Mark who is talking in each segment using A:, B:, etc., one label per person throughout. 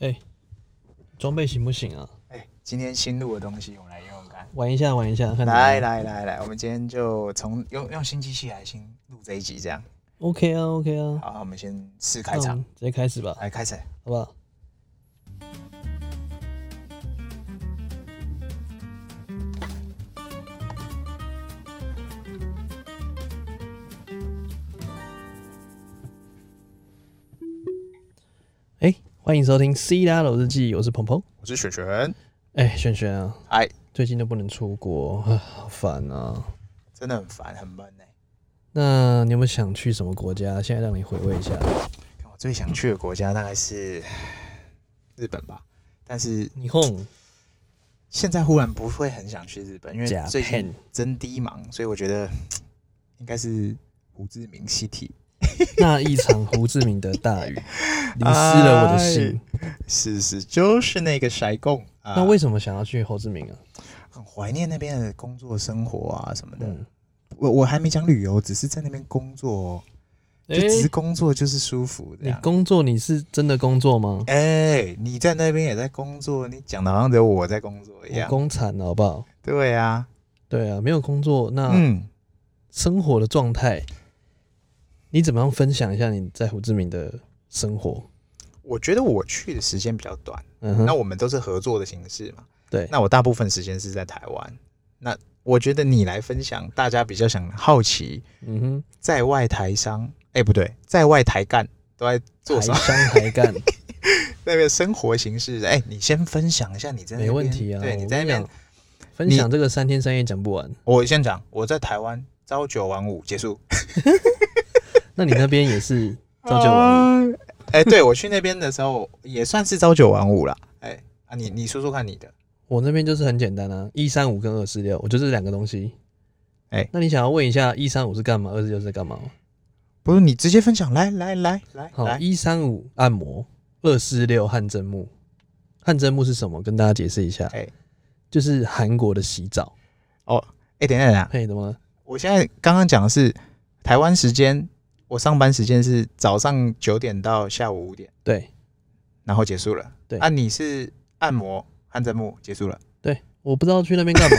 A: 哎装备行不行啊？
B: 哎，今天新录的东西，我们来用用看。
A: 玩一下，玩一下，看怎么
B: 来
A: 样
B: 来来来，我们今天就从用用新机器来先录这一集，这样。
A: ，OK 啊，OK 啊，
B: 好，我们先试
A: 那
B: 开
A: 我
B: 场
A: 们，直接开始吧，
B: 来开始。
A: 好不好？哎、欢迎收听《C 大佬日记》，我是鹏鹏。
B: 我是璇璇，
A: 哎、璇璇啊，
B: 哎，
A: 最近都不能出国，啊好烦啊。
B: 真的很烦，很闷哎、
A: 那你有没有想去什么国家？现在让你回味一下。
B: 看我最想去的国家大概是日本吧，但是
A: 你 哄
B: 现在忽然不会很想去日本，因为
A: Japan
B: 最近真低忙，所以我觉得嗯应该是胡志明 City。
A: 那一场胡志明的大雨淋湿了我的心。
B: 是是，就是那个筛贡啊，
A: 那为什么想要去胡志明啊？
B: 很怀念那边的工作生活啊什么的。
A: 嗯，
B: 我我还没讲旅游，只是在那边工作、哦，就
A: 哎、
B: 只是工作就是舒服这
A: 你
B: 样。
A: 工作你是真的工作吗？
B: 哎、你在那边也在工作，你讲的好像只有我在工作一
A: 我
B: 样。
A: 工惨了，好不好？
B: 对啊，
A: 对啊，没有工作，那
B: 嗯，
A: 生活的状态，你怎么样分享一下你在胡志明的生活？
B: 我觉得我去的时间比较短，
A: 嗯哼，
B: 那我们都是合作的形式嘛。
A: 对，
B: 那我大部分时间是在台湾。那我觉得你来分享，大家比较想好奇，
A: 嗯哼，
B: 在外台商，哎、不对，在外台干都在做什么？
A: 台商台干，
B: 那边生活形式，哎、你先分享一下你在那
A: 没
B: 边
A: 问题啊。
B: 对，你
A: 我
B: 在那
A: 跟你
B: 边
A: 讲，，分享这个三天三夜讲不完。
B: 我先讲，我在台湾朝九晚五结束。
A: 那你那边也是朝九晚五？
B: 五。哎、对我去那边的时候也算是朝九晚五啦。哎、啊你，你说说看你的。
A: 我那边就是很简单啊，一三五跟二四六，我就这两个东西。
B: 哎
A: 那你想要问一下，一三五是干嘛，二四六是干嘛吗？
B: 不是你直接分享，来来来来
A: 好，
B: 来，
A: 一三五按摩，二四六汗蒸木。汗蒸木是什么？跟大家解释一下，
B: 哎、
A: 就是韩国的洗澡。
B: 哦，哎、等一下等一下，
A: 嘿，怎么了？
B: 我现在刚刚讲的是台湾时间，我上班时间是早上九点到下午五点，
A: 对
B: 然后结束了。
A: 对
B: 啊，你是按摩、汗蒸木结束了。
A: 对，我不知道去那边干嘛。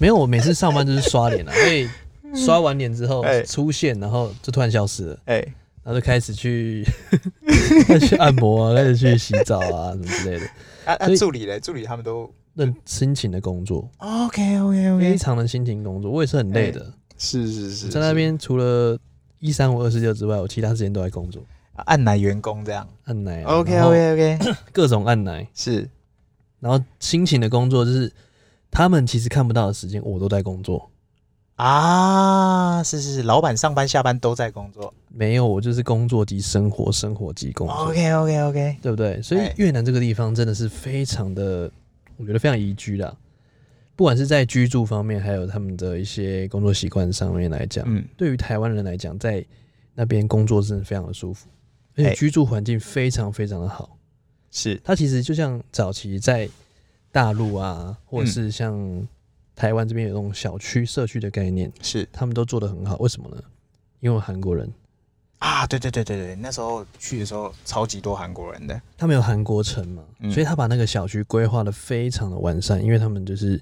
A: 没有，我 每次上班就是刷脸啊，所以刷完脸之后
B: 哎
A: 出现，然后就突然消失了，
B: 哎、
A: 然后就开始去 开始去按摩啊，开始去洗澡啊，什么之类的，
B: 啊啊
A: 所，以
B: 助理嘞，助理他们都
A: 认辛勤的工作。
B: OK OK
A: 非常的辛勤工作，我也是很累的。
B: 是是是，
A: 在那边除了一三五二四六之外，我其他时间都在工作，
B: 啊按奶员工这样。
A: 按奶、啊、
B: OK
A: 然后
B: OK OK，
A: 各种按奶，
B: 是
A: 然后辛勤的工作就是他们其实看不到的时间，我都在工作。
B: 啊，是是是，老板上班下班都在工作。
A: 没有，我就是工作及生活，生活及工作，
B: OK OK OK，
A: 对不对？所以
B: 哦哎
A: 越南这个地方真的是非常的，我觉得非常宜居啦。不管是在居住方面，还有他们的一些工作习惯上面来讲，
B: 嗯，
A: 对于台湾人来讲，在那边工作真的非常的舒服，而且
B: 哎
A: 居住环境非常非常的好。
B: 是
A: 它其实就像早期在大陆啊，或者
B: 嗯
A: 是像台湾这边有那种小区社区的概念，
B: 是
A: 他们都做得很好。为什么呢？因为韩国人，
B: 啊，对对对对对，那时候去的时候超级多韩国人的。
A: 他们有韩国城嘛，
B: 嗯
A: 所以他把那个小区规划的非常的完善，因为他们就是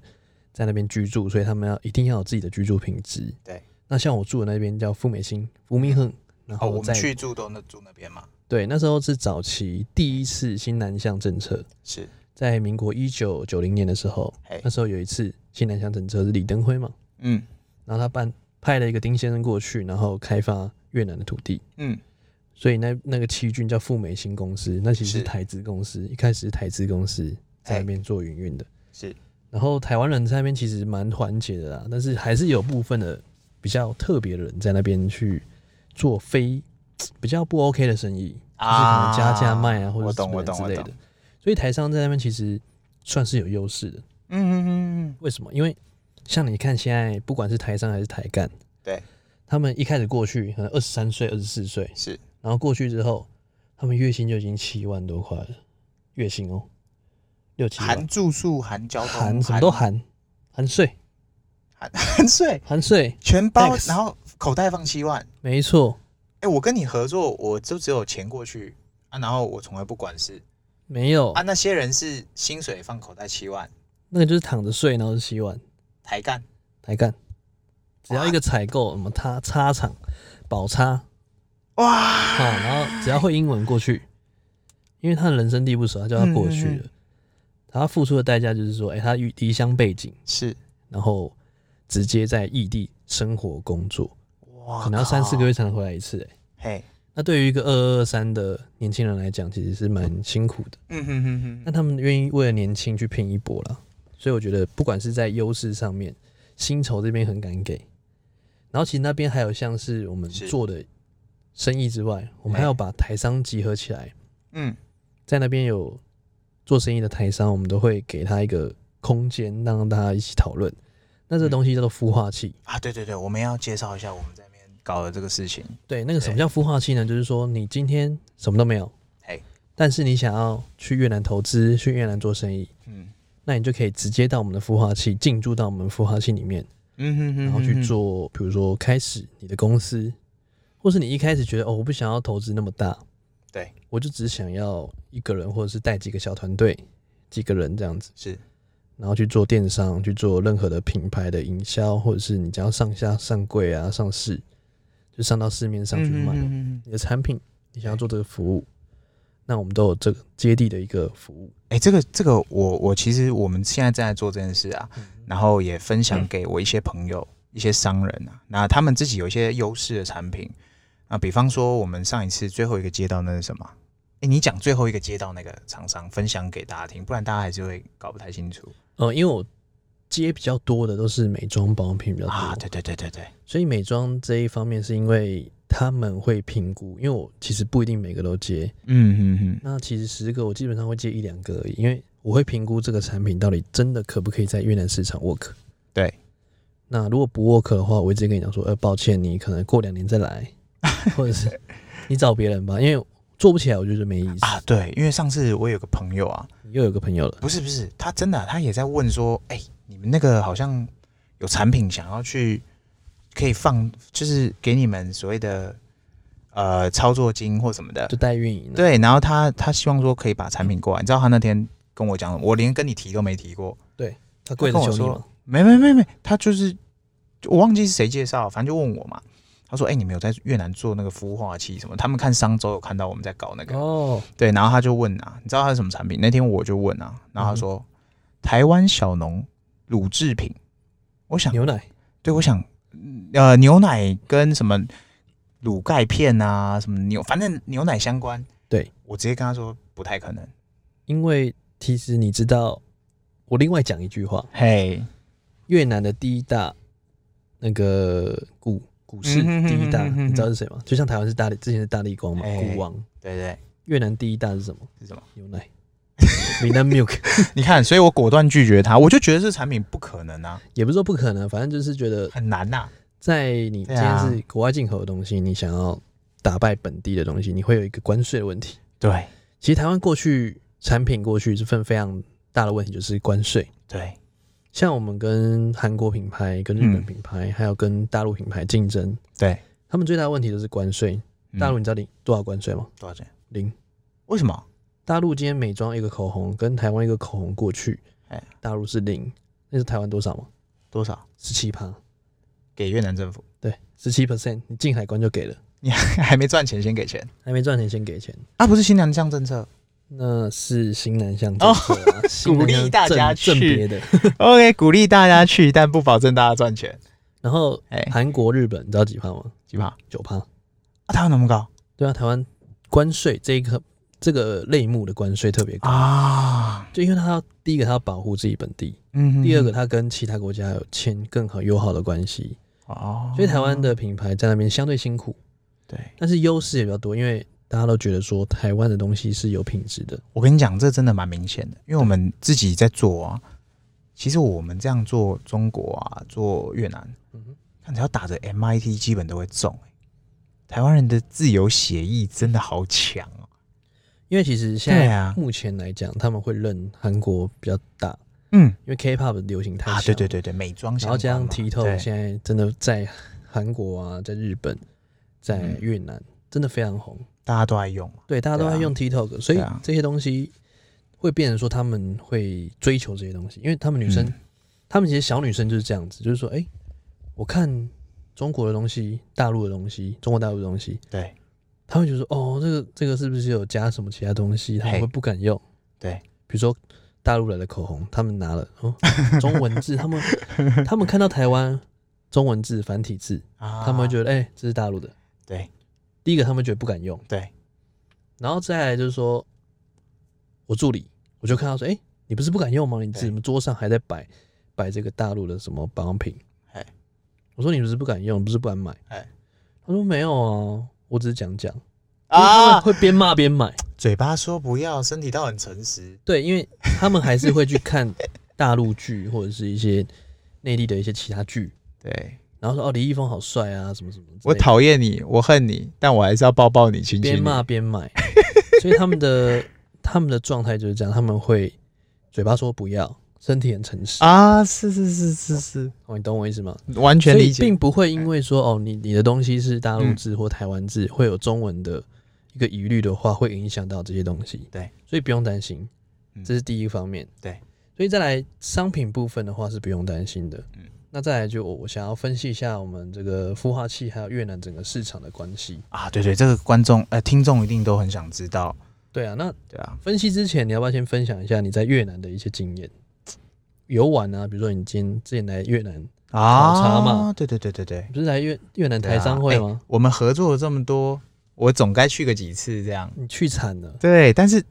A: 在那边居住，所以他们要一定要有自己的居住品质。
B: 对，
A: 那像我住的那边叫富美兴、福明亨，然
B: 哦，
A: 后
B: 我
A: 在
B: 们去住都那住那边嘛。
A: 对，那时候是早期第一次新南向政策，
B: 是，
A: 在民国一九九零年的时候
B: 嘿，
A: 那时候有一次新南向政策是李登辉嘛，
B: 嗯
A: 然后他办派了一个丁先生过去，然后开发越南的土地，
B: 嗯，
A: 所以那那个七郡叫富美新公司，那其实是
B: 是
A: 台资公司，一开始是台资公司在那边做营运的，
B: 是
A: 然后台湾人在那边其实蛮团结的啦，但是还是有部分的比较特别的人在那边去做非比较不 OK 的生意，就是可能加价卖啊，或者
B: 我
A: 是什
B: 懂
A: 么
B: 我懂
A: 之
B: 我
A: 类
B: 懂
A: 的。。所以台商在那边其实算是有优势的。
B: 嗯嗯嗯嗯，
A: 为什么？因为像你看现在不管是台商还是台干，
B: 对，
A: 他们一开始过去可能二十三岁、二十四岁，
B: 是
A: 然后过去之后，他们月薪就已经七万多块了，月薪哦，六七
B: 含
A: 万，
B: 啊住宿、含交通、
A: 含什么都
B: 含
A: 含，含税，
B: 含税，
A: 含税，
B: 全包，
A: Tax
B: 然后口袋放七万。
A: 没错。
B: 哎、我跟你合作，我就只有钱过去啊，然后我从来不管事。
A: 没有
B: 啊，，那些人是薪水放口袋七万，
A: 那个就是躺着睡，然后是七万
B: 抬干
A: 来干，只要一个采购什么他插场保差
B: 哇，
A: 啊，然后只要会英文过去，因为他人生地不熟，他叫他过去
B: 嗯嗯
A: 了，他付出的代价就是说，哎、他与离乡背景，
B: 是
A: 然后直接在异地生活工作，
B: 哇，
A: 可能要三四个
B: 月，
A: 月才能回来一次、哎，
B: 嘿，
A: 那对于一个二二三的年轻人来讲，其实是蛮辛苦的。
B: 嗯哼哼
A: 那
B: 哼，
A: 他们愿意为了年轻去拼一搏了，所以我觉得不管是在优势上面，薪酬这边很敢给，然后其实那边还有像是我们
B: 是
A: 做的生意之外，我们还
B: 哎
A: 要把台商集合起来，
B: 嗯，
A: 在那边有做生意的台商，我们都会给他一个空间，让大家一起讨论。那这东西叫做孵化器，
B: 啊，对对对，我们要介绍一下我们在那边搞的这个事情，
A: 对，那个什么
B: 对
A: 叫孵化器呢？就是说你今天什么都没有
B: 哎，
A: 但是你想要去越南投资，去越南做生意，
B: 嗯
A: 那你就可以直接到我们的孵化器进驻到我们的孵化器里面，
B: 嗯哼哼，
A: 然后去，做，比如说开始你的公司，或是你一开始觉得哦，我不想要投资那么大，
B: 对，
A: 我就只想要一个人或者是带几个小团队，几个人这样子，
B: 是
A: 然后去做电商，去做任何的品牌的营销，或者是你只要上下上柜啊、上市，就上到市面上去卖
B: 嗯
A: 你的产品，你想要做这个服务，那我们都有这个接地的一个服务。
B: 哎、这个这个我我其实我们现在正在做这件事啊，然后也分享给我一些朋友、一些商人啊，那他们自己有一些优势的产品啊，比方说我们上一次最后一个街道那是什么？哎、你讲最后一个街道那个厂商分享给大家听，不然大家还是会搞不太清楚
A: 呃，因为我接比较多的都是美妆保养品比较多，
B: 啊。对对对对对，
A: 所以美妆这一方面是因为他们会评估，因为我其实不一定每个都接，
B: 嗯嗯嗯，
A: 那其实十个我基本上会接一两个而已，因为我会评估这个产品到底真的可不可以在越南市场 work。
B: 对，
A: 那如果不 work 的话，我会直接跟你讲说，呃，抱歉，你可能过两年再 来，或者是你找别人吧，因为做不起来，我觉得没意思。
B: 啊对，因为上次我有个朋友啊，
A: 又有个朋友了，
B: 不是不是，他真的啊、他也在问说，哎、你们那个好像有产品想要去可以放，就是给你们所谓的呃操作金或什么的
A: 就，代运营了。
B: 啊对。然后他他希望说可以把产品过来，你知道他那天跟我讲什么，我连跟你提都没提过，
A: 他跪着求你
B: 他跟我
A: 嘛
B: 说，没没没没，他就是我忘记是谁介绍，反正就问我嘛。他说：“哎、你们有在越南做那个孵化器什么？他们看商周有看到我们在搞那个，
A: 哦，
B: 对，然后他就问啊，你知道他是什么产品？那天我就问啊，然后他说、台湾小农乳制品，我想，
A: 牛奶
B: 对，我想，嗯呃，牛奶跟什么乳钙片啊，什么牛，反正牛奶相关。
A: 对
B: 我直接跟他说不太可能，
A: 因为其实你知道，我另外讲一句话，
B: 嘿，
A: 越南的第一大那个股股市
B: 嗯哼哼
A: 第一大，
B: 哼哼哼
A: 你知道是谁吗？就像台湾是大力，之前是大力光嘛，
B: 哎
A: 股王。
B: 对对，
A: 越南第一大是什么？
B: 是什么？
A: 牛奶，Vietnam Milk，
B: 你看，所以我果断拒绝他，我就觉得这产品不可能啊，
A: 也不是说不可能，反正就是觉得
B: 很难呐、啊
A: 在你今
B: 对
A: 天
B: 啊
A: 是国外进口的东西，你想要打败本地的东西，你会有一个关税的问题。
B: 对
A: 其实台湾过去产品过去这份非常大的问题就是关税。
B: 对，
A: 像我们跟韩国品牌、跟日本
B: 嗯
A: 品牌，还有跟大陆品牌竞争，
B: 对，
A: 他们最大的问题就是关税。
B: 嗯
A: 大陆你知道零多少关税吗？
B: 多少钱？
A: 零。
B: 为什么？
A: 大陆今天美妆一个口红跟台湾一个口红过去
B: 哎，
A: 大陆是零，那是台湾多少吗？
B: 多少？
A: 十七趴，
B: 给越南政府？
A: 对，十七 percent，你进海关就给了，
B: 你还还没赚钱，先给钱
A: 还没赚钱先给钱，
B: 啊？不是新南向政策，
A: 那是新南向政策啊，新南向
B: 哦鼓励大家
A: 政政
B: 去
A: 别的。
B: OK，鼓励大家去，但不保证大家赚钱。
A: 然后
B: 哎、
A: 韩国、日本，你知道几趴吗？
B: 几趴？啊，
A: 九趴。
B: 台湾那么高
A: 对啊，台湾关税这一个这个类目的关税特别高。
B: 啊？
A: 就因为他要第一个他要保护自己本地，
B: 嗯
A: 第二个他跟其他国家有签更好友好的关系，
B: 哦，
A: 所以台湾的品牌在那边相对辛苦，
B: 对
A: 但是优势也比较多，因为大家都觉得说台湾的东西是有品质的，
B: 我跟你讲，这真的蛮明显的，因为我们自己在做啊。其实我们这样做中国啊，做越南，
A: 嗯哼
B: 看只要打着 MIT，基本都会中、欸台湾人的自由协议真的好强哦、
A: 因为其实现
B: 对
A: 在
B: 啊
A: 目前来讲，他们会认韩国比较大，
B: 嗯
A: 因为 K-pop 的流行太
B: 啊，
A: 强，
B: 对对，对对，美妆相
A: 然后加
B: 关
A: 上
B: 嘛
A: TikTok
B: 对
A: 现在真的在韩国啊，在日本，在
B: 嗯
A: 越南真的非常红，
B: 大家都爱用嘛。
A: 对，大家都在
B: 对啊
A: 用 TikTok，所以
B: 对啊
A: 这些东西会变成说他们会追求这些东西，因为他们女生，
B: 嗯
A: 她们其实小女生就是这样子，就是说，哎、我看中国的东西、大陆的东西、中国大陆的东西，
B: 对
A: 她会觉得说，哦，这个这个是不是有加什么其他东西？她们
B: 嘿
A: 会不敢用，
B: 对，
A: 比如说大陆来的口红，他们拿了哦，中文字，他 们他们看到台湾中文字繁体字，
B: 啊
A: 他们会觉得，哎、这是大陆的。
B: 对
A: 第一个，他们觉得不敢用，
B: 对
A: 然后再来就是说，我助理我就看到说，哎、你不是不敢用吗？你
B: 对
A: 怎么桌上还在摆摆这个大陆的什么保养品
B: 哎？
A: 我说你不是不敢用，不是不敢买？
B: 哎
A: 他说没有啊，我只是讲讲因为他们
B: 啊，
A: 会边骂边买。
B: 嘴巴说不要，身体倒很诚实，
A: 对，因为他们还是会去看大陆剧或者是一些内地的一些其他剧，
B: 对
A: 然后说哦，李易峰好帅啊，什么什么之类的。
B: 我讨厌你，我恨你，但我还是要抱抱你，亲亲
A: 边
B: 你，
A: 骂边买，所以他们的他们的状态就是这样，他们会嘴巴说不要，身体很诚实。
B: 啊，是是是是是，
A: 哦，你懂我意思吗？
B: 完全
A: 所以
B: 理解嗯
A: 并，不会因为说哦，你你的东西是大陆字或台湾字，会有中文的一个疑虑的话，会影响到这些东西。
B: 对，
A: 所以不用担心
B: 嗯，
A: 这是第一方面。
B: 对，
A: 所以再来商品部分的话是不用担心的。
B: 嗯
A: 那再来就我我想要分析一下我们这个孵化器还有越南整个市场的关系。
B: 啊，对对，这个观众呃听众一定都很想知道，
A: 对啊，那
B: 对啊，
A: 分析之前，你要不要先分享一下你在越南的一些经验？游玩啊，比如说你今天之前来越南，考察嘛，
B: 啊对对对对对，
A: 不是来越越南
B: 对啊
A: 台商会吗？
B: 哎我们合作了这么多，我总该去个几次这样，
A: 你去惨了，
B: 对，但是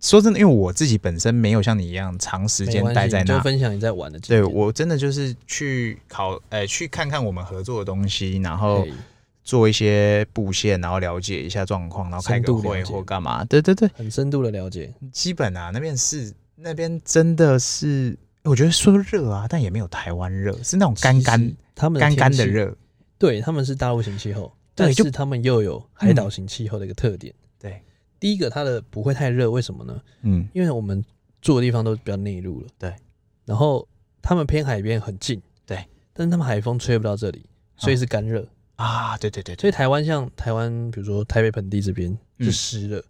B: 说真的，因为我自己本身没有像你一样长时
A: 没
B: 间
A: 关系
B: 待在
A: 你就
B: 那，
A: 分享你在玩的经
B: 对
A: 验。
B: 我真的就是去考，呃，去看看我们合作的东西，然后
A: 嘿
B: 做一些布线，然后了解一下状况，然后开
A: 深
B: 个
A: 度
B: 会
A: 了解
B: 或干嘛。对对对，
A: 很深度的了解，
B: 基本啊，那边是那边真的是，我觉得说热啊，但也没有台湾热，是那种干
A: 其
B: 干
A: 实他们
B: 干干的
A: 天气，
B: 热。
A: 对，他们是大陆型气候，
B: 对
A: 但
B: 就是嗯
A: 他们又有海岛型气候的一个特点。
B: 对，
A: 第一个，它的不会太热，为什么呢？
B: 嗯，
A: 因为我们住的地方都比较内陆了，
B: 对。
A: 然后他们偏海边很近，
B: 对，嗯
A: 但是他们海风吹不到这里，所以是干热。
B: 啊，对对对
A: 所以
B: 对，
A: 台湾像台湾，比如说台北盆地这边
B: 嗯
A: 是湿的，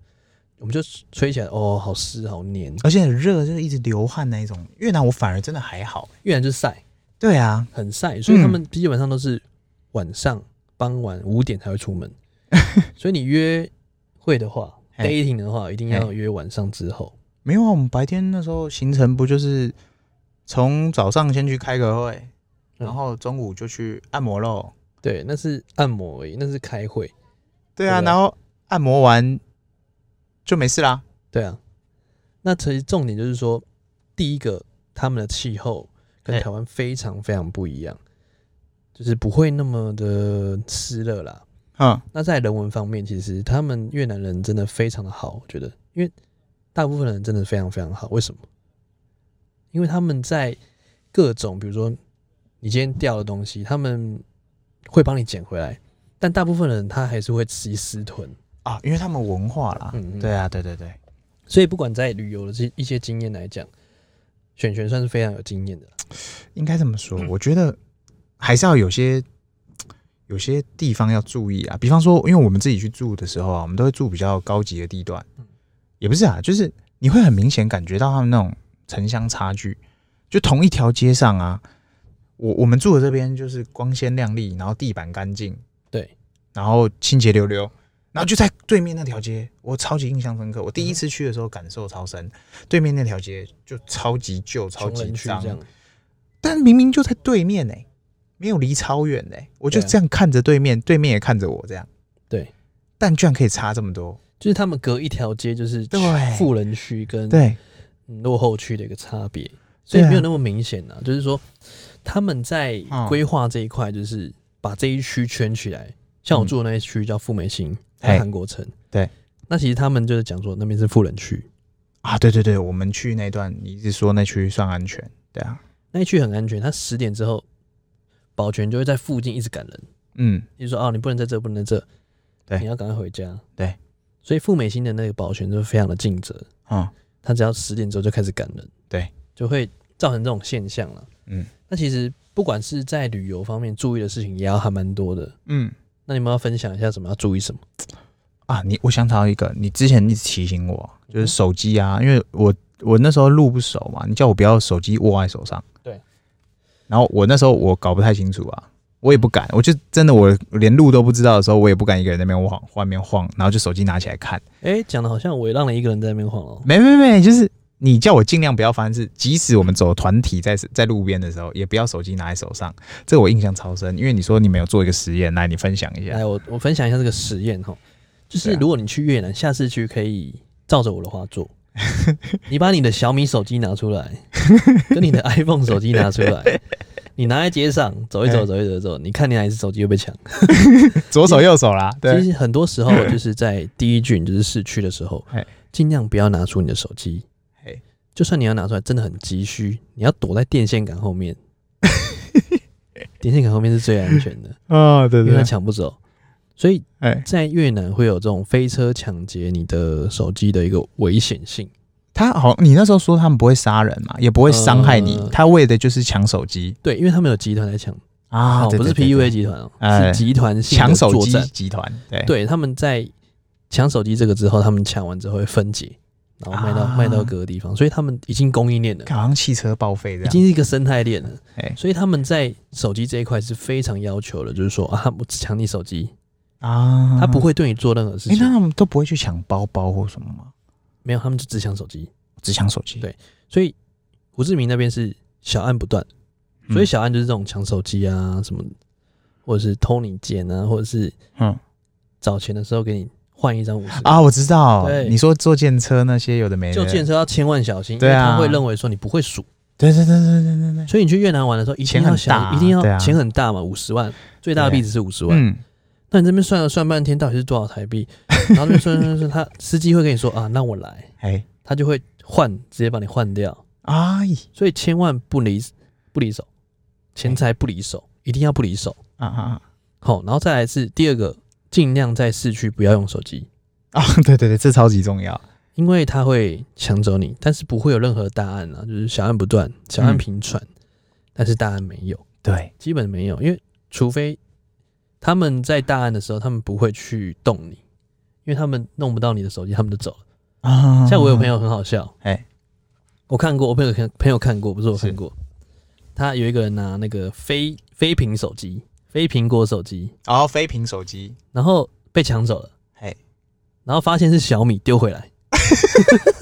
A: 我们就吹起来，哦，好湿好黏。
B: 而且很热，就是一直流汗那一种。越南我反而真的还好、
A: 越南就晒，
B: 对啊，
A: 很晒，所以他们基本上都是晚上傍晚五点才会出 门。所以你约会的话
B: 嘿
A: ，dating 的话，一定要约晚上之后。
B: 没有啊，我们白天那时候行程不就是从早上先去开个会，
A: 嗯
B: 然后中午就去按摩喽。
A: 对，那是按摩而已，那是开会。
B: 对
A: 对
B: 啊，
A: 啊
B: 然后按摩完就没事啦。
A: 对啊，那其实重点就是说，第一个他们的气候跟
B: 嘿
A: 台湾非常非常不一样，就是不会那么的湿热啦。
B: 嗯，
A: 那在人文方面，其实他们越南人真的非常的好，我觉得，因为大部分人真的非常非常好。为什么？因为他们在各种，比如说你今天掉的东西，他们会帮你捡回来，但大部分人他还是会吃私吞。
B: 啊，因为他们文化啦。
A: 嗯嗯
B: 对啊，对对对，
A: 所以不管在旅游的这一些经验来讲，选璇算是非常有经验的啦。
B: 应该这么
A: 嗯
B: 说。我觉得还是要有些有些地方要注意啊，比方说，因为我们自己去住的时候啊，我们都会住比较高级的地段，
A: 嗯
B: 也不是啊，就是你会很明显感觉到他们那种城乡差距，就同一条街上啊，我我们住的这边就是光鲜亮丽，然后地板干净，
A: 对，
B: 然后清洁溜溜。然后就在对面那条街，我超级印象
A: 嗯
B: 深刻。我第一次去的时候感受超深，对面那条街就超级旧、超
A: 穷
B: 级
A: 人区
B: 脏
A: 这，样，
B: 但明明就在对面呢、没有离超远呢、我就
A: 对啊
B: 这样看着对面，对面也看着我这样。
A: 对，
B: 但居然可以差这么多。
A: 就是他们隔一条街就是
B: 对
A: 富人区跟
B: 对，
A: 嗯落后区的一个差别，所以
B: 对啊
A: 没有那么明显啊。就是说，他们在
B: 嗯
A: 规划这一块，就是把这一区圈起来。像我
B: 嗯
A: 住的那一区叫富美兴，
B: 嘿
A: 在韩国城。
B: 对，
A: 那其实他们就是讲说那边是富人区，
B: 啊，对对对，我们去那段，你一直说那区算安全，对啊，
A: 那一区很安全。他十点之后，保全就会在附近一直赶人，
B: 嗯，
A: 就说哦，你不能在这，不能在这，
B: 对
A: 你要赶快回家。
B: 对，
A: 所以富美兴的那个保全就是非常的尽责，
B: 啊、
A: 他只要十点之后就开始赶人，
B: 对，
A: 就会造成这种现象了。
B: 嗯，
A: 那其实不管是在旅游方面注意的事情，也要还蛮多的。
B: 嗯
A: 那你们要分享一下什么要注意什么？
B: 啊，你我想到一个，你之前一直提醒我，就是手机啊，因为我我那时候路不熟嘛，你叫我不要手机握在手上，
A: 对。
B: 然后我那时候我搞不太清楚啊，我也不敢，我就真的我连路都不知道的时候，我也不敢一个人在那边晃，外面晃，然后就手机拿起来看。
A: 哎，讲的好像我也让了一个人在那边晃哦。
B: 没没没，就是你叫我尽量不要发生事，即使我们走团体在在路边的时候，也不要手机拿在手上。这我印象超深，因为你说你们有做一个实验，来你分享一下。
A: 来，我我分享一下这个实验哈，就是
B: 对啊
A: 如果你去越南，下次去可以照着我的话 做。你把你的小米手机拿出来，跟你的 iPhone 手机拿出 来，你拿在街上走一走，
B: 哎
A: 走一走，走一走，你看你哪一只手机会被抢？
B: 左手右手啦，
A: 其
B: 对，
A: 实很多时 候就是在第一郡，就是市区的时候
B: 哎，
A: 尽量不要拿出你的手机
B: 哎。
A: 就算你要拿出来，真的很急需，你要躲在电线杆后 面。电线杆后面是最安全的，
B: 哦，对
A: 因为它，抢不走。所以
B: 哎，
A: 在越南会有这种飞车抢劫你的手机的一个危险性，
B: 他好，你那时候说他们不会杀人嘛，也不会伤害你，
A: 呃
B: 他为的就是抢手机
A: 对，因为他们有集团来抢
B: 啊，
A: 哦
B: 对
A: 不是
B: 对对
A: PUA
B: 对
A: 集团哦，
B: 哎
A: 是集团性的
B: 抢手
A: 作
B: 机
A: 战。
B: 集团，对
A: 对，他们在抢手机这个之后，他们抢完之后会分解，然后卖到、
B: 啊
A: 卖到各个地方，所以他们已经供应链了，
B: 好像汽车报废这
A: 已
B: 样，
A: 经是一个生态链了。
B: 哎
A: 所以他们在手机这一块是非常要求的，就是说啊，我只抢你手机，
B: 啊，
A: 他不，会对你做任何事
B: 哎，那
A: 情，
B: 他们都不会去抢包包或什么吗？
A: 没有，他们就只抢手机。
B: 只抢手机，
A: 对所以胡志明那边是小案不断。所以
B: 嗯
A: 小安就是这种抢手机啊，什么，或者是偷你钱啊，或者是
B: 嗯
A: 找钱的时候给你换一张五十，
B: 啊，我知道，
A: 对
B: 你说坐电车那些有的没的，
A: 就建车要千万小心，因
B: 对
A: 为
B: 啊
A: 他会认为说你不会数，
B: 对对对对对对对，
A: 所以你去越南玩的时候一定
B: 钱
A: 要
B: 很
A: 小，
B: 大啊
A: 一定要
B: 对啊
A: 钱很大嘛，五十万最大的
B: 对
A: 币值是五十万，
B: 嗯，
A: 那你这边算了算半天到底是多少台 币，然后那边算算算，他司机会跟你说啊，那我来，
B: 哎，
A: 他就会换，直接把你换掉，
B: 哎
A: 所以千万不离不离手，钱财不离手，一定要不离手。
B: 啊啊
A: 好，然后再来是第二个，尽量在市区不要用手机，
B: 啊，对对对，这超级重要，
A: 因为它会抢走你，但是不会有任何大案啊，就是小案不断，小
B: 嗯
A: 案频传，但是大案没有，
B: 对，
A: 基本没有，因为除非他们在大案的时候，他们不会去动你，因为他们弄不到你的手机，他们就走了。
B: 啊
A: 像我有朋友很好笑，
B: 哎
A: 我看过，我朋友看朋友看过，不是我看过，他有一个人拿那个非非屏手机，非苹果手机，
B: 然后哦非屏手机，哎
A: 然后被抢走了。
B: 嘿，
A: 然后发现是小米丢回来，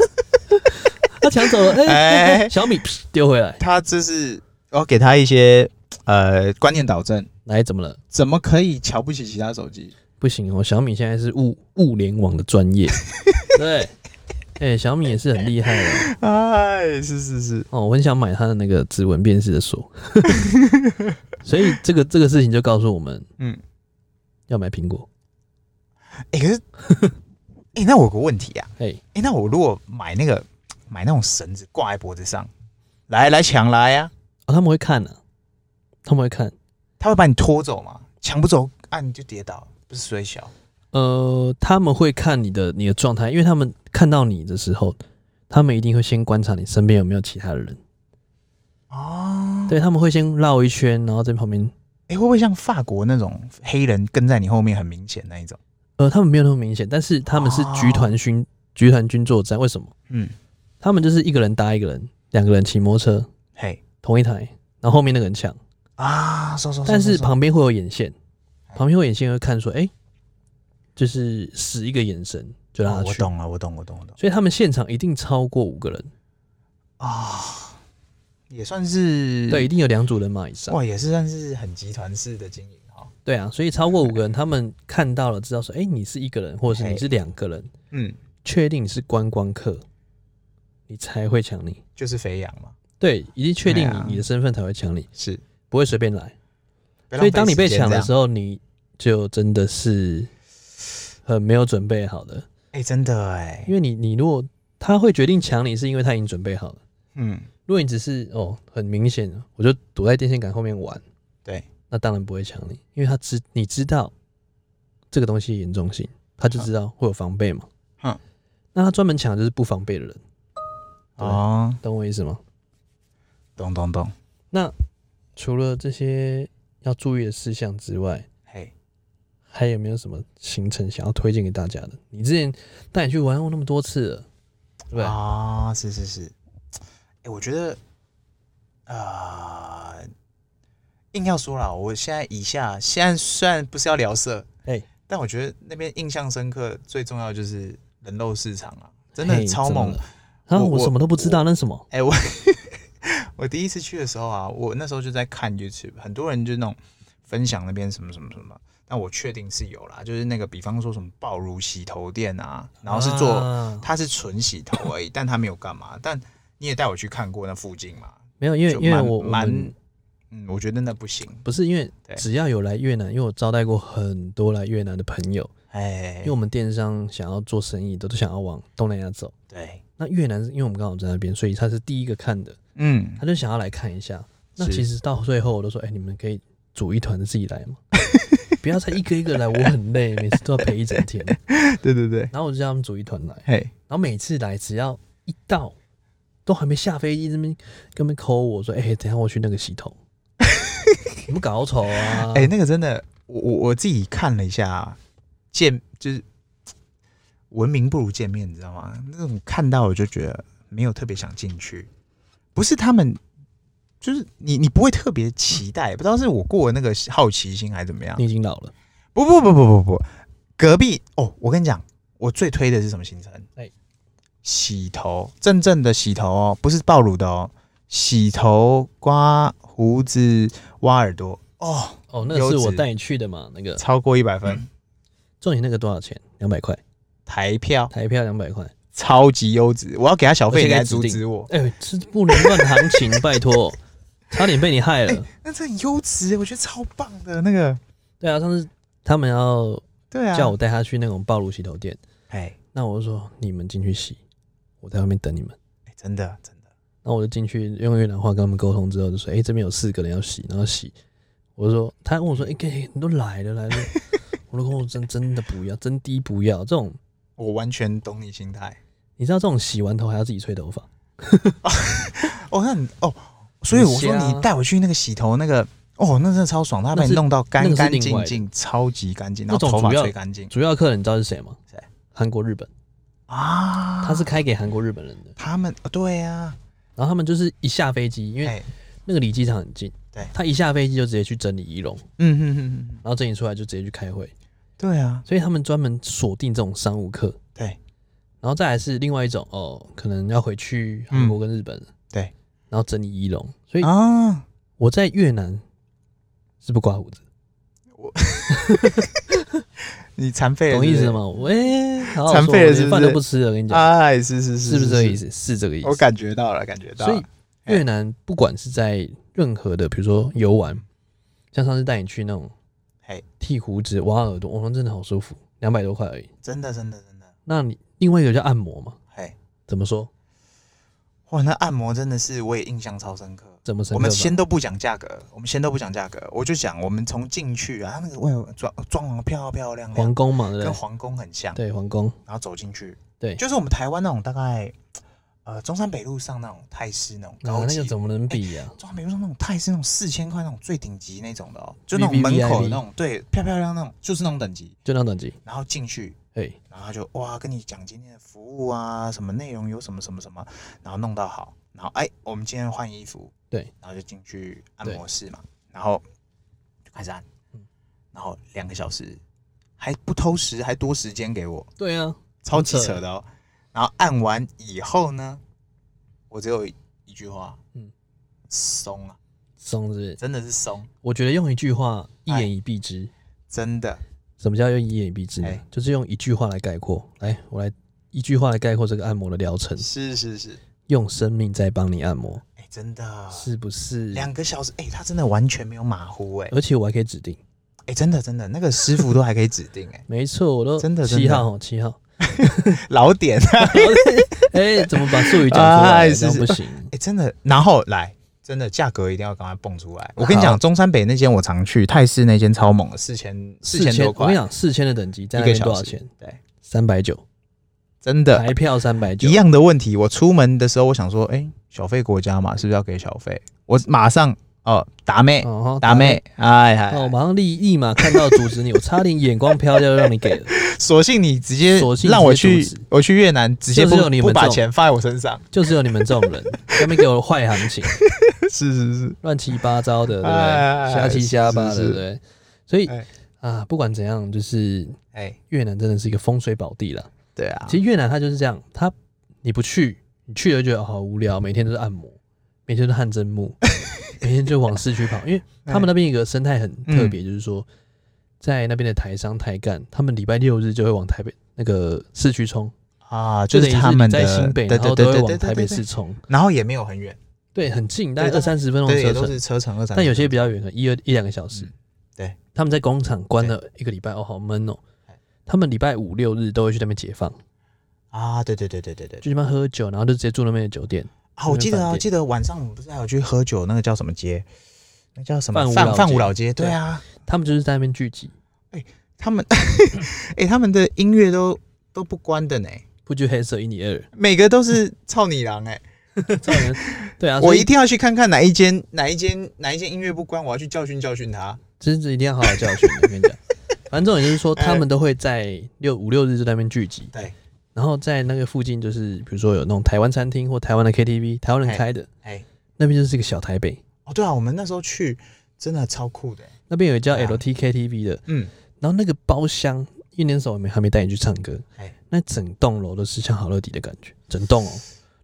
A: 他抢走了，哎、哎
B: 哎
A: 小米噗丢回来，
B: 他这是我给他一些呃观念导正，
A: 来怎么了？
B: 怎么可以瞧不起其他手机？
A: 不行哦，小米现在是物物联网的专 业，对， 哎、小米也是很厉害的
B: 哎，是是是，
A: 哦，我很想买它的那个指纹辨识的锁， 所以这个这个事情就告诉我们，嗯
B: 嗯，
A: 要买苹果，
B: 哎、可是， 哎、那我有个问题啊，
A: 哎、
B: 哎、那我如果买那个买那种绳子挂在脖子上，来来抢来呀、
A: 哦，他们会看啊，他们会看，
B: 他会把你拖走吗？抢不走，啊，你就跌倒，不是水小。
A: 呃，他们会看你的你的状态，因为他们看到你的时候，他们一定会先观察你身边有没有其他的人。
B: 哦，
A: 对，他们会先绕一圈，然后在旁边，
B: 哎、会不会像法国那种黑人跟在你后面很明显那一种？
A: 呃，他们没有那么明显，但是他们是
B: 哦
A: 集团军，集团军作战。为什么？
B: 嗯，
A: 他们就是一个人搭一个人，两个人骑摩托车，
B: 嘿
A: 同一台，然后后面那个人抢，
B: 啊，收收收。
A: 但是
B: 收收
A: 旁边会有眼线，旁边会有眼线会看说，哎、就是使一个眼神就让
B: 哦
A: 他
B: 我
A: 去，
B: 懂了，我懂，我懂，我懂
A: 所以他们现场一定超过五个人，
B: 啊，也算是
A: 对，一定有两组人马以上。
B: 嗯哇，也是算是很集团式的经营哈。
A: 对啊，所以超过五个人，他们看到了，知道说，哎、你是一个人，或者是你
B: 嘿
A: 是两个人，
B: 嗯，
A: 确定你是观光客，你才会抢你。
B: 就是肥羊嘛，
A: 对，一定确定
B: 对啊
A: 你你的身份才会抢你，
B: 是。
A: 不会随便来。
B: 不要
A: 所以
B: 浪费
A: 当你被
B: 时间
A: 抢
B: 这
A: 的
B: 样
A: 时候，你就真的是很没有准备好的，
B: 哎、真的哎、
A: 因为你你如果他会决定抢你，是因为他已经准备好了。
B: 嗯，
A: 如果你只是哦很明显，我就躲在电线杆后面玩，
B: 对，
A: 那当然不会抢你，因为他知你知道这个东西的严重性，他就知道会有防备嘛。
B: 嗯，
A: 那他专门抢的就是不防备的人，对
B: 哦，
A: 懂我意思吗？
B: 懂懂懂，
A: 除了这些要注意的事项之外，
B: 嘿，
A: 还有没有什么行程想要推荐给大家的？你之前带你去玩过那么多次了，对不对？
B: 啊，是是是，哎、我觉得，啊、硬要说啦，我现在以下现在虽然不是要聊色，
A: 哎
B: 但我觉得那边印象深刻最重要的就是人肉市场啊，真的
A: 嘿
B: 超猛
A: 真的。啊，
B: 我
A: 我
B: 我
A: 什么都不知道，那是什么？
B: 哎、我我第一次去的时候啊，我那时候就在看 YouTube，很多人就那种分享那边什么什么什么，但我确定是有啦，就是那个比方说什么爆乳洗头店啊，然后是做、
A: 啊
B: 它是纯洗头 而已，但它没有干嘛。但你也带我去看过那附近嘛，
A: 没有，因为
B: 就
A: 因为
B: 蛮
A: 我我
B: 蛮
A: 们
B: 嗯，我觉得那不行。
A: 不是因为
B: 对
A: 只要有来越南，因为我招待过很多来越南的朋友，
B: 哎
A: 因为，我们电商想要做生意的都想要往东南亚走。
B: 对，
A: 那越南是因为我们刚好在那边，所以他是第一个看的，
B: 嗯，
A: 他就想要来看一下。那
B: 是
A: 其实到最后我都说，哎、你们可以组一团的自己 来嘛，不要再一个一个来，我很累，每次都要陪一整天。
B: 对对对，
A: 然后我就叫他们组一团来，
B: 嘿，
A: 然后每次来只要一到，都还没下飞机，这边跟边抠我说，哎、等一下我去那个洗 头，你们搞丑啊！
B: 哎、那个真的，我我我自己看了一下啊，见就是文明不如见面，你知道吗？那种看到我就觉得没有特别想进去，不是他们，就是你你不会特别期待，不知道是我过了那个好奇心还是怎么样
A: 你。已经老了，
B: 不不不不不不，隔壁哦，我跟你讲，我最推的是什么行程？
A: 哎
B: 洗头，真正的洗头哦，不是爆乳的哦，洗头、刮胡子、挖耳朵哦，
A: 哦，那个是
B: 优
A: 我
B: 质
A: 带你去的嘛，那个
B: 超过一百分。
A: 重点那个多少钱？两百块，
B: 台票
A: 台票两百块。
B: 超级优质，我要给他小
A: 而
B: 费，
A: 且
B: 你
A: 可以
B: 还阻
A: 指定
B: 止我？
A: 哎、这不能乱行情，拜托，差点被你害了。
B: 那这很优质，我觉得超棒的那个。
A: 对啊，上次他们要
B: 对啊，
A: 叫我带他去那种暴露洗头店，
B: 哎
A: 那我就说你们进去洗，我在外面等你们。
B: 哎，真的真的，
A: 然后我就进去用越南话跟他们沟通之后，就说：“哎、这边有四个人要洗，然后洗。”我就说，他问我说：“哎、欸，你都来了来 了。”我都跟我真真的不要，真的不要这种。
B: 我完全懂你心态。
A: 你知道这种洗完头还要自己吹头发，
B: 哦，那你哦，所以我说
A: 很香啊
B: 你带我去那个洗头那个，哦，那真的超爽，他把
A: 那
B: 你
A: 是
B: 弄到
A: 那
B: 干
A: 个是
B: 干
A: 另
B: 净
A: 外
B: 净，超级干净，
A: 那
B: 然后
A: 种
B: 头发
A: 主要
B: 吹干净
A: 主要客人你知道是谁吗？
B: 谁？
A: 韩国、日本，
B: 啊。
A: 他是开给韩国、日本人的。
B: 他们，哦对呀，
A: 然后他们就是一下飞机，因为
B: 哎，
A: 那个离机场很近，
B: 对
A: 他一下飞机就直接去整理仪容，
B: 嗯哼哼哼，
A: 然后整理出来就直接去开会，
B: 对啊，
A: 所以他们专门锁定这种商务客。
B: 对，
A: 然后再来是另外一种哦，可能要回去韩国跟日本，
B: 对，
A: 然后整理仪容。所以
B: 啊，
A: 我在越南是不刮胡子，
B: 你残废了，
A: 懂意思
B: 是不是？
A: 吗？喂、好好
B: 残
A: 说
B: 废了
A: 我连
B: 是不是
A: 饭都不吃了，我跟你讲，
B: 哎，是是是，
A: 是不是这个意？思？是这个意思。
B: 我感觉到了，感觉到
A: 所
B: 了
A: 以。
B: 哎
A: 越南不管是在任何的，比如说游玩，像上次带你去那种
B: 嘿，
A: 剃胡子、挖耳朵，哇、真的好舒服，两百多块而已。
B: 真的真的真的，
A: 那你另外一个叫按摩嘛？
B: 嘿，
A: 怎么说？
B: 哇，那按摩真的是我也印象超深刻。
A: 怎么深刻
B: 我们
A: 法
B: 先都不讲价格，我们先都不讲价格，我就讲我们从进去啊，那个外装装潢漂漂亮亮
A: 皇，宫嘛，对不
B: 跟
A: 对？
B: 皇宫很像，
A: 对，皇宫。
B: 然后走进去，
A: 对
B: 啊就是我们台湾那种大概，呃，中山北路上那种泰式那种
A: 啊
B: 高，
A: 那
B: 级，
A: 个怎么能比啊呀、
B: 中山北路上那种泰式那种四千块那种最顶级那种的哦，就那种
A: VVVIP
B: 门口的那种，对，漂漂亮亮那种，就是那种等级，
A: 就那等级，
B: 然后进去。
A: 哎、
B: 然后他就哇跟你讲今天的服务啊，什么内容有什么什么什么，然后弄到好，然后哎，我们今天换衣服，
A: 对，
B: 然后就进去按摩室嘛，然后就开始按，
A: 嗯
B: 然后两个小时还不偷时，还多时间给我，
A: 对啊，
B: 超级
A: 很扯
B: 扯的哦。然后按完以后呢，我只有一句话，
A: 嗯，
B: 松啊，
A: 松子，
B: 真的是松，
A: 我觉得用一句话一言以蔽之。
B: 真的，
A: 什么叫用一言以蔽之呢？
B: 哎
A: 就是用一句话来概括。来，我来一句话来概括这个按摩的疗程，
B: 是是是，
A: 用生命在帮你按摩，
B: 哎，真的，
A: 是不是？
B: 两个小时，哎，他真的完全没有马虎，哎。
A: 而且我还可以指定，
B: 哎、真的真的，那个师傅都还可以指定哎、
A: 没错，我都
B: 真的真的
A: 七号哦，七号。
B: 老点哎、
A: 哎、怎么把术语讲出来？
B: 哎
A: 这样
B: 是
A: 不行。
B: 真的。然后来，真的价格一定要赶快蹦出来。我跟你
A: 好
B: 讲，中山北那间我常去，泰式那间超猛的，四千四千多
A: 我跟
B: 块
A: 你，讲，四千的等级在
B: 一
A: 那
B: 个
A: 边
B: 小
A: 多少
B: 时
A: 钱？？
B: 对，
A: 三百九，
B: 真的
A: 台票三百九
B: 一。样的问题。我出门的时候，我想说，哎、小费国家嘛，是不是要给小费？我马上哦，达妹，
A: 哦，好
B: 达，妹，哎嗨，
A: 哦，我马上立立马看到阻止你，我差点眼光飘掉，让你 给了。
B: 索性你直接
A: 索性
B: 让我
A: 直接
B: 去
A: 阻止，
B: 我去越南，直接
A: 就
B: 不
A: 是有你们
B: 不把
A: 这种
B: 钱放在我身上。
A: 就是有你们这种人，他们给我坏行情，
B: 是是是，
A: 乱七八糟的，对不
B: 哎
A: 对？瞎七瞎八的，
B: 是
A: 对
B: 是
A: 不对？所以
B: 哎
A: 啊，不管怎样，就是
B: 哎，
A: 越南真的是一个风水宝地啦。
B: 对啊，
A: 其实越南它就是这样，它你不去，你去了就觉得哦好无聊，每天都是按摩，每天都是汗蒸 木，每天就往市区跑，因为
B: 哎
A: 他们那边有个生态很特
B: 嗯
A: 别，就是说在那边的台商台干，他们礼拜六日就会往台北那个市区冲，
B: 啊，就
A: 等
B: 是
A: 于
B: 他们
A: 你
B: 的
A: 在新北，
B: 对
A: 然
B: 对
A: 后
B: 对
A: 都
B: 对
A: 会
B: 对
A: 往
B: 对
A: 台北
B: 对
A: 市冲，
B: 然后也没有很远，
A: 对，很近，大概
B: 对
A: 二三十分钟的
B: 对，也
A: 车
B: 都
A: 程，
B: 是车程二三十分钟。
A: 但有些比较远，可能一二一两个小时
B: 嗯。对，
A: 他们在工厂关了一个礼拜，哦，好闷哦。他们礼拜五六日都会去那边解放，
B: 啊，对对对对对对。
A: 去那边喝酒，然后就直接住那边的酒店。
B: 啊，我记得
A: 那边饭
B: 啊，我
A: 店
B: 记得晚上我们不是还有去喝酒，那个叫什么街？那叫什
A: 范
B: 么
A: 武
B: 范
A: 老
B: 范
A: 街
B: 武老街？对
A: 对
B: 啊，
A: 他们就是在那边聚集，
B: 他们哎，他们的音乐都都不关的呢，
A: 不拘黑色一你 二。
B: 每个都是操你郎哎。
A: 这样人对啊，
B: 我
A: 所以
B: 一定要去看看哪一间哪一间哪一间音乐不关，我要去教训教训他。
A: 真是一定要好好教训。我跟 你讲，反正重点就是说，
B: 哎
A: 他们都会在六五六日就在那边聚集，
B: 对，
A: 然后在那个附近，就是比如说有那种台湾餐厅或台湾的 KTV，台湾人
B: 哎
A: 开的，
B: 哎，
A: 那边就是一个小台北，
B: 哦对啊，我们那时候去真的超酷的欸。
A: 那边有一家
B: 对啊
A: LT KTV 的，
B: 嗯，
A: 然后那个包厢，因为那时候我们还没带你去唱歌
B: 哎，
A: 那整栋楼都是像好乐迪的感觉，整栋哦。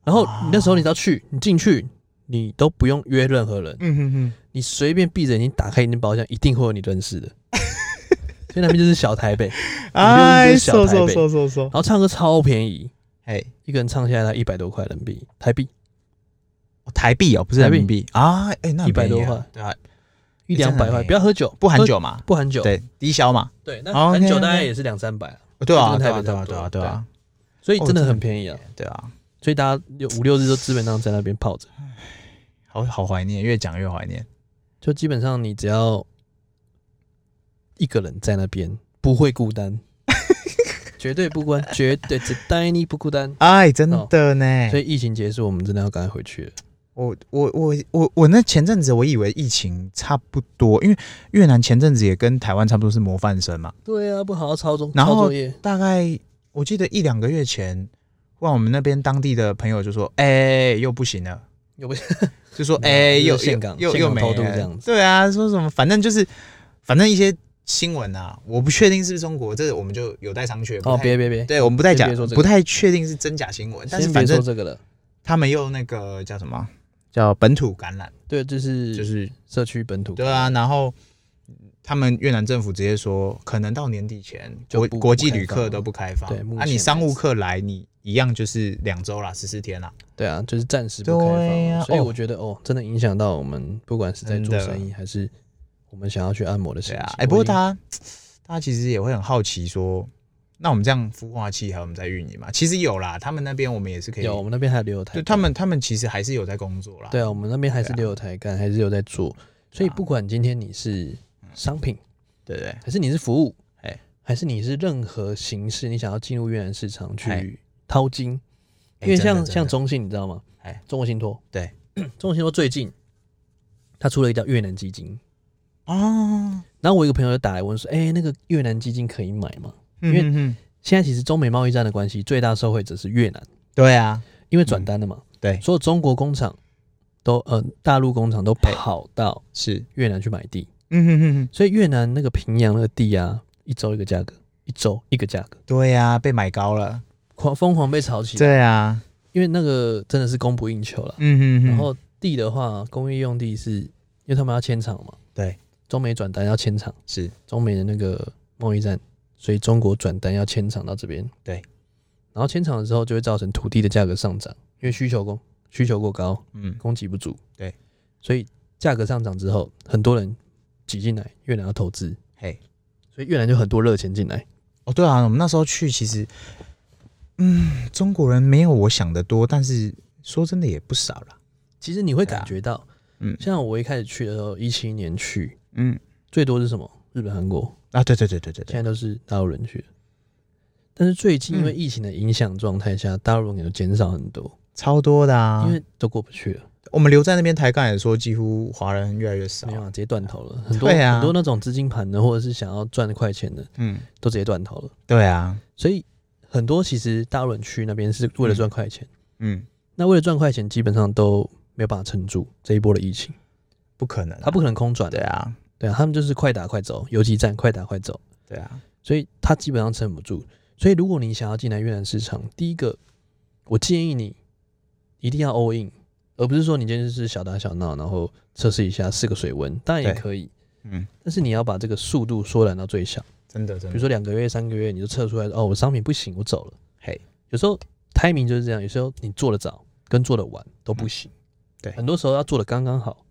A: 然后你那时候你只要去，你进去，你都不用约任何人，
B: 嗯哼哼，
A: 你随便闭着眼睛打开一间包厢，一定会有你认 识的。所以那边就是小台北，然
B: 哎，
A: 就是小
B: 收
A: 台北
B: 收收收收，
A: 后唱歌超便宜，
B: 哎，
A: 一个人唱下来一百多块人民币，台币
B: 哦台币哦，不是
A: 台
B: 人
A: 币
B: 民币啊，哎，那很
A: 100多
B: 便宜啊
A: 块，
B: 对啊，
A: 一两百
B: 真的
A: 块，
B: 很便宜
A: 不要喝酒，
B: 不含
A: 喝，
B: 酒嘛，
A: 不含酒，
B: 对，低消嘛，
A: 对，那
B: 哦
A: 含酒
B: OK，OK
A: 大概也是两三百啊，
B: 哦对啊，
A: 就
B: 对
A: 跟
B: 啊，
A: 台北
B: 对啊，
A: 差不
B: 对
A: 多
B: 啊，对啊，
A: 所以
B: 哦
A: 真的
B: 真的
A: 很
B: 很
A: 便宜啊。
B: 对啊，
A: 所以大家六五六日都基本上在那边泡着，
B: 好好怀念，越讲越怀念。
A: 就基本上你只要一个人在那边不会孤 单，绝对不孤单，绝对只单你不孤单。
B: 哎，真的呢
A: 所，以疫情结束，我们真的要赶快回去了。
B: 我我我我我那前阵子我以为疫情差不多，因为越南前阵子也跟台湾差不多是模范生嘛，
A: 对啊，不好好抄中
B: 然后
A: 抄作业，
B: 大概我记得一两个月前，忽然我们那边当地的朋友就说，哎、又不行了。
A: 又不
B: 就 说哎、
A: 没有
B: 又
A: 就是
B: 又
A: 岘港
B: 又
A: 岘
B: 又
A: 港
B: 没
A: 偷渡
B: 了
A: 这样子
B: 对啊，说什么反正就是反正一些新闻啊，我不确定是不是中国，这个我们就有待商榷。不
A: 哦，
B: 太
A: 别别别，
B: 对，我们不太
A: 先
B: 讲
A: 别说，这个
B: 不太确定是真假新闻，但是
A: 先
B: 反
A: 别说
B: 正
A: 这个了。
B: 他们又那个叫什么叫本土感染，
A: 对，就是
B: 就是
A: 社区本土，
B: 对啊，，然后他们越南政府直接说，可能到年底前
A: 就
B: 国
A: 不
B: 国际
A: 不开
B: 旅
A: 放
B: 客
A: 了
B: 都不开放，
A: 对目
B: 啊，你
A: 前
B: 商
A: 为
B: 务
A: 止
B: 客来你一样就是两周啦，十四天啦，
A: 对啊，就是暂时不开
B: 对
A: 放
B: 呀
A: 啊。所以
B: 哦
A: 我觉得哦，真的影响到我们，不管是在做
B: 真的
A: 生意还是我们想要去按摩的事
B: 对
A: 情
B: 啊，。哎、不过
A: 我已经
B: 大家大家其实也会很好奇说，那我们这样孵化器还有我们在运营嘛？其实有啦，他们那边我们也是可以，
A: 有我们那边还留有台
B: 对
A: 干，
B: 他们他们其实还是有在工作啦。
A: 对啊，我们那边还是
B: 对啊
A: 留有台干，还是有在做。所以
B: 对啊
A: 不管今天你是商品，
B: 对不对
A: 还是你是服务，
B: 哎，
A: 还是你是任何形式，你想要进入越南市场
B: 哎
A: 去淘金，
B: 哎
A: 因为
B: 真的
A: 像
B: 真的
A: 像中信，你知道吗？
B: 哎，
A: 中国信托，
B: 对，
A: 中国信托最近他出了一个叫越南基金，
B: 哦，
A: 然后我一个朋友就打来问说，哎、那个越南基金可以买吗？因为
B: 嗯哼哼
A: 现在其实中美贸易战的关系，最大受惠者是越南，
B: 对啊，
A: 因为转单了嘛，
B: 对
A: 所有中国工厂都呃大陆工厂都
B: 哎
A: 跑到
B: 是，
A: 越南去买地，
B: 嗯哼哼哼，
A: 所以越南那个平阳那个地啊，一周一个价格，一周一个价格，
B: 对啊，被买高了，
A: 狂疯狂被炒起来，
B: 对啊，
A: 因为那个真的是供不应求了。
B: 嗯哼哼，
A: 然后地的话，工业用地是因为他们要迁厂嘛，
B: 对，
A: 中美转单要迁厂，
B: 是
A: 中美的那个贸易战，所以中国转单要迁厂到这边，
B: 对，
A: 然后迁厂的时候就会造成土地的价格上涨，因为需求供需求过高，
B: 嗯，
A: 供给不足，
B: 对，
A: 所以价格上涨之后，很多人挤进来，越南要投资，
B: 嘿，
A: 所以越南就很多热钱进来，
B: 哦，对啊，我们那时候去其实，嗯，中国人没有我想的多，但是说真的也不少啦。
A: 其实你会
B: 对啊
A: 感觉到，
B: 嗯
A: 像我一开始去的时候，一七年去
B: 嗯，
A: 最多是什么？日本、韩国，
B: 啊，对对对对对
A: 现
B: 嗯对，
A: 在都是大陆人去的。但是最近因为疫情的影响状态下，大陆人也减少很多，
B: 超多的啊，
A: 因为都过不去了。
B: 我们留在那边抬杠来说，几乎华人越来越少啊
A: 没。办法，直接断头了。很多、
B: 对啊
A: 很多那种资金盘的，或者是想要赚快钱的，
B: 嗯，
A: 都直接断头了。
B: 对啊，
A: 所以很多其实大陆人去那边是为了赚快钱，
B: 嗯，
A: 那为了赚快钱，基本上都没有办法撑住这一波的疫情，
B: 不可能啊、
A: 他不可能空转
B: 对
A: 的。
B: 啊，
A: 对啊，他们就是快打快走，游击战快打快走，
B: 对啊，
A: 所以他基本上撑不住。所以如果你想要进来越南市场，第一个我建议你一定要 all in，而不是说你今天就是小打小闹，然后测试一下试个水温，当然也
B: 对
A: 可以，
B: 嗯，
A: 但是你要把这个速度缩短到最小。
B: 真的真
A: 比
B: 的，
A: 如说两个月、三个月，你就测出来哦，我商品不行，我走了。
B: 嘿，
A: 有时候 timing 就是这样，有时候你做的早跟做的晚都不行。
B: 对
A: 很多时候要做的刚刚好，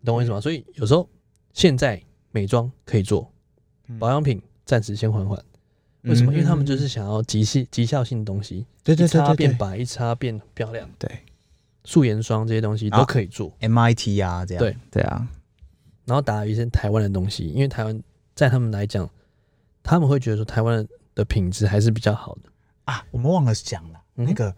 A: 你懂我意思吗？所以有时候现在美妆可以做，
B: 嗯
A: 保养品暂时先缓缓。为什么？
B: 嗯
A: 因为他们就是想要极细、极效性的东西，
B: 对
A: 一
B: 对对
A: 擦
B: 对
A: 变
B: 对
A: 白，一擦变漂亮，
B: 对
A: 素颜霜这些东西都
B: 啊
A: 可以做。
B: MIT 啊，这样
A: 对
B: 对啊，
A: 然后打一些台湾的东西，因为台湾在他们来讲，他们会觉得说台湾的品质还是比较好的。
B: 啊，我们忘了讲了、
A: 嗯
B: 那个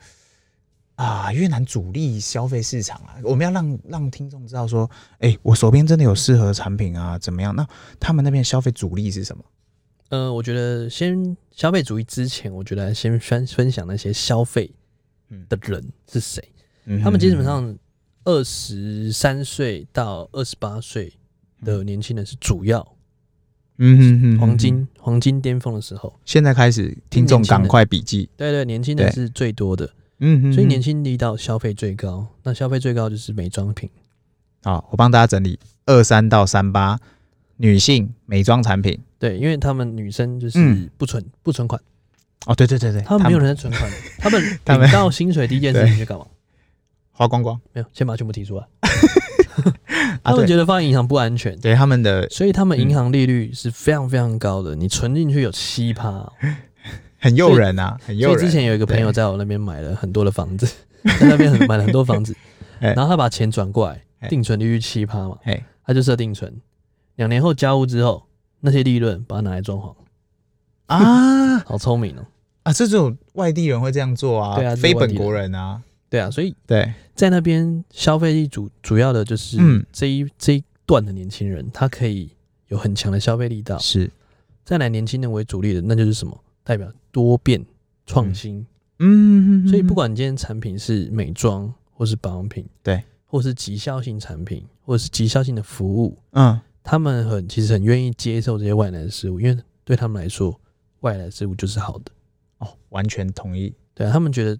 B: 啊，越南主力消费市场啊，我们要让让听众知道说，哎、我手边真的有适合的产品啊，怎么样？那他们那边消费主力是什么？
A: 呃，我觉得先消费主义之前，我觉得先分分享那些消费
B: 嗯
A: 的人是谁。
B: 嗯
A: 他们基本上二十三岁到二十八岁
B: 嗯
A: 的年轻人是主要
B: 嗯嗯
A: 黄金、，黄金巅峰的时候，
B: 现在开始，听众
A: 年轻人
B: 赶快笔记，
A: 对对，年轻人
B: 对
A: 是最多的，
B: 嗯
A: 所以年轻力道消费最高。那消费最高就是美妆品，
B: 好，我帮大家整理二三到三八女性美妆产品。
A: 对，因为他们女生就是
B: 嗯
A: 不存、不存款，
B: 哦，对对对对，
A: 他们没有人在存款，他们
B: 他们
A: 领到薪水第一件事情就干嘛？
B: 花光光
A: 没有，先把它全部提出来。
B: 啊，
A: 他们
B: 对
A: 觉得放银行不安全，
B: 对，他们的
A: 所以他们银行利率是非常非常高的，你存进去有七趴哦。
B: 很诱人啊，很
A: 所
B: 诱
A: 以之
B: 人。
A: 前有一个朋友在我那边买了很多的房 子，在那边很买了很多房子，
B: 哎
A: 然后他把钱转过来，
B: 哎
A: 定存利率七趴嘛，
B: 哎，
A: 他就设定存，两年后交屋之后，那些利润把它拿来装潢，
B: 啊
A: 好聪明哦。
B: 啊，这种外地人会这样做啊，
A: 对啊
B: 非本国人啊，
A: 对啊，所以
B: 对，
A: 在那边消费力主主要的就是
B: 嗯
A: 这一、这一段的年轻人，他可以有很强的消费力道。
B: 是，
A: 再来年轻人为主力的，那就是什么？代表多变、创新、
B: 嗯
A: 所以不管你今天产品是美妆，或是保养品，
B: 对，
A: 或是极效性产品，或是极效性的服务，
B: 嗯，
A: 他们很其实很愿意接受这些外来的事物，因为对他们来说，外来的事物就是好的。
B: 哦，完全同意。
A: 对、啊、他们觉得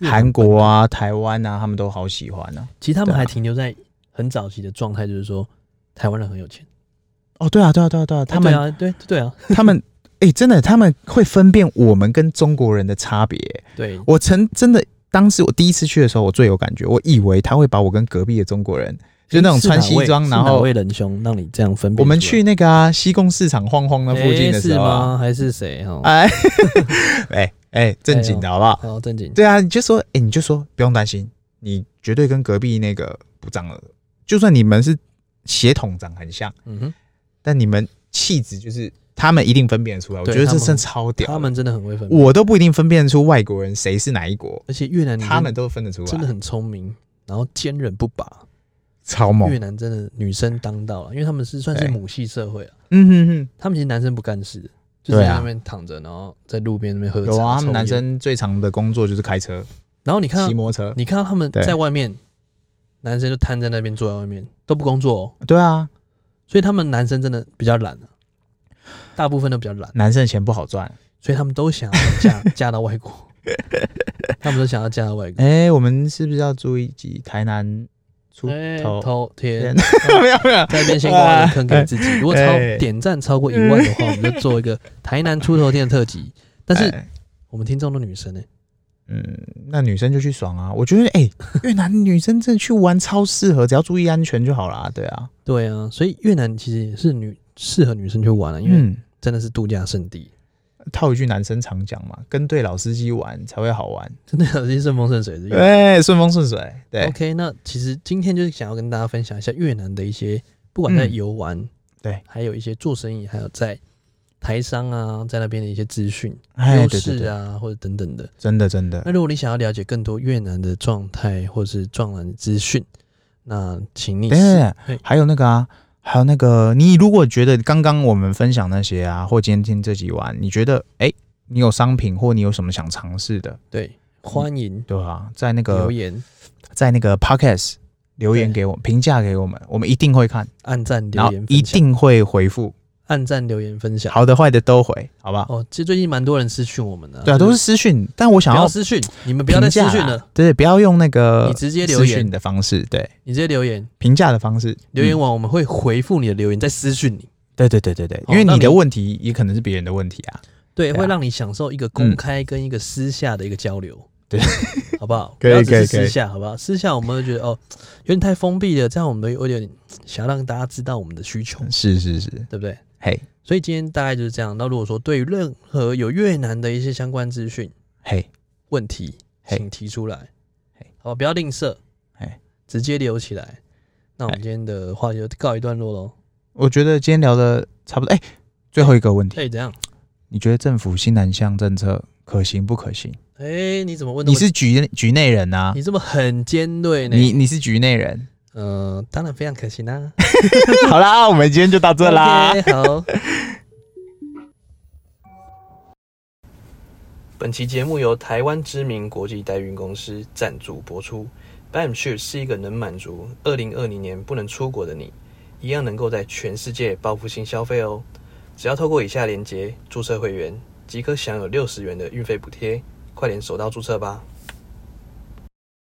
A: 越南
B: 韩国啊、台湾啊，他们都好喜欢啊。
A: 本，其实他们
B: 对啊
A: 还停留在很早期的状态，就是说台湾人很有钱。
B: 哦，对啊，对啊，对啊，对啊，他们
A: 对啊，对对啊，
B: 他们，哎，真的，他们会分辨我们跟中国人的差别。
A: 对
B: 我曾真的，当时我第一次去的时候，我最有感觉，我以为他会把我跟隔壁的中国人，就那种
A: 是哪
B: 穿西
A: 位
B: 装，
A: 是
B: 然
A: 哪
B: 后
A: 位仁兄让你这样分辨出来？
B: 我们去那个啊西贡市场晃晃那附近
A: 诶
B: 的
A: 是
B: 时候、啊，
A: 吗？还是谁？哈，
B: 哎哎 哎，正经的好不好？
A: 好正经。
B: 对啊，你就说，哎，你就说不用担心，你绝对跟隔壁那个不长了，就算你们是血统长很像，
A: 嗯哼，
B: 但你们气质就是他们一定分辨得出来。我
A: 对
B: 觉得这
A: 他们
B: 真的超屌的，
A: 他们真的很会分辨，
B: 我都不一定分辨得出外国人谁是哪一国，
A: 而且越南女生
B: 他们都分得出来，
A: 真的很聪明，然后坚韧不拔。
B: 超猛
A: 越。南真的女生当道了，因为他们是算是
B: 对
A: 母系社会啊，
B: 嗯哼哼。
A: 他们其实男生不干事，就是
B: 对
A: 在
B: 啊
A: 那边躺着，然后在路边那边喝茶。
B: 有啊，他
A: 抽烟
B: 们男，生最常的工作就是开车、
A: 然后你看啊
B: 骑
A: 到
B: 摩托车。
A: 你看到他们
B: 对
A: 在外面，男生就瘫在那边坐在外面都不工作、哦，
B: 对啊，
A: 所以他们男生真的比较懒啊，大部分都比较懒，
B: 男生的钱不好赚。
A: 所以他们都想要 嫁嫁到外国，他们都想要嫁到外国。
B: 哎、我们是不是要注意集台南出头？
A: 哎，头天
B: 天。
A: 哎
B: 没有没有，
A: 在那边先挖一个坑给自己。如果超
B: 哎
A: 点赞超过一万的话，我们就做一个台南出头天的特辑。但是
B: 哎
A: 我们听众都女生呢、欸
B: 嗯，那女生就去爽啊。我觉得哎、越南女生真的去玩超适合，只要注意安全就好啦。对啊，
A: 对啊，所以越南其实也是女适合女生去玩啊，因为
B: 嗯，
A: 真的是度假胜地，
B: 套一句男生常讲嘛，跟对老司机玩才会好玩。
A: 真的有些顺风顺水的越南。
B: 对，顺风顺水。对
A: OK，那其实今天就是想要跟大家分享一下越南的一些，不管在
B: 嗯
A: 游玩，
B: 对，
A: 还有一些做生意，还有在台商啊，在那边的一些资讯、
B: 哎，
A: 优
B: 对对
A: 势
B: 对，
A: 啊，或者等等的。
B: 真的真的
A: 那，如果你想要了解更多越南的状态或是壮男资讯，那请你
B: 等等等
A: 嘿
B: 等，还有那个啊，还有那个，你如果觉得刚刚我们分享那些啊，或今天听这几晚，你觉得哎、诶你有商品或你有什么想尝试的，
A: 对欢迎
B: 对啊，在那
A: 留
B: 个
A: 言、
B: 在那个 podcast 留言
A: 对
B: 给我们，评价给我们，我们一定会看，
A: 按赞、
B: 然
A: 留
B: 后
A: 言分享、
B: 一定会回复，
A: 按赞、留言、分享。
B: 好的坏的都回，好不好？
A: 哦，其实最近蛮多人私讯我们的、
B: 对啊，
A: 就
B: 都是私讯，但我想
A: 不
B: 要
A: 要私讯，你们不
B: 评
A: 要再私
B: 价
A: 讯
B: 啦
A: 了，，
B: 对，不要用那个
A: 你直接留
B: 私讯
A: 言，
B: 的方式，对，
A: 你直接留言，
B: 评价的方式，
A: 留言
B: 嗯
A: 完我们会回复你的留言，再私讯你。
B: 对对对对对，
A: 好
B: 因为
A: 那
B: 你的
A: 你
B: 问题也可能是别人的问题啊，
A: 对，
B: 对啊
A: 会让你享受一个公开跟一个私下的一个交流，
B: 对，
A: 好不好？
B: 可以
A: 不要只是
B: 可以可
A: 私
B: 以
A: 下好不好？私下我们会觉得哦，有点太封闭了，这样我们有点想要让大家知道我们的需求，
B: 是是是，
A: 对不对？
B: 嘿
A: 所以今天大概就是这样。那如果说对于任何有越南的一些相关资讯
B: 嘿。
A: 问题，
B: 嘿
A: 请提出来
B: 嘿，
A: 好吧？不要吝啬
B: 嘿，
A: 直接留起来。那我们今天的话就告一段落喽。
B: 我觉得今天聊的差不多。哎、最后一个问题，
A: 哎，怎样？
B: 你觉得政府新南向政策可行不可行？
A: 哎，你怎么问那
B: 你
A: 么？
B: 是局局内人啊，
A: 你这么很尖锐呢？
B: 你你是局内人。
A: 嗯，当然非常可啊惜啦。
B: 好啦，我们今天就到这啦。
A: OK，好。 本期节目由台湾知名国际代运公司赞助播出。Bamshire 是一个能满足2020年不能出国的你，一样能够在全世界报复性消费哦。只要透过以下链接注册会员，即可享有六十元的运费补贴。快点手到注册吧！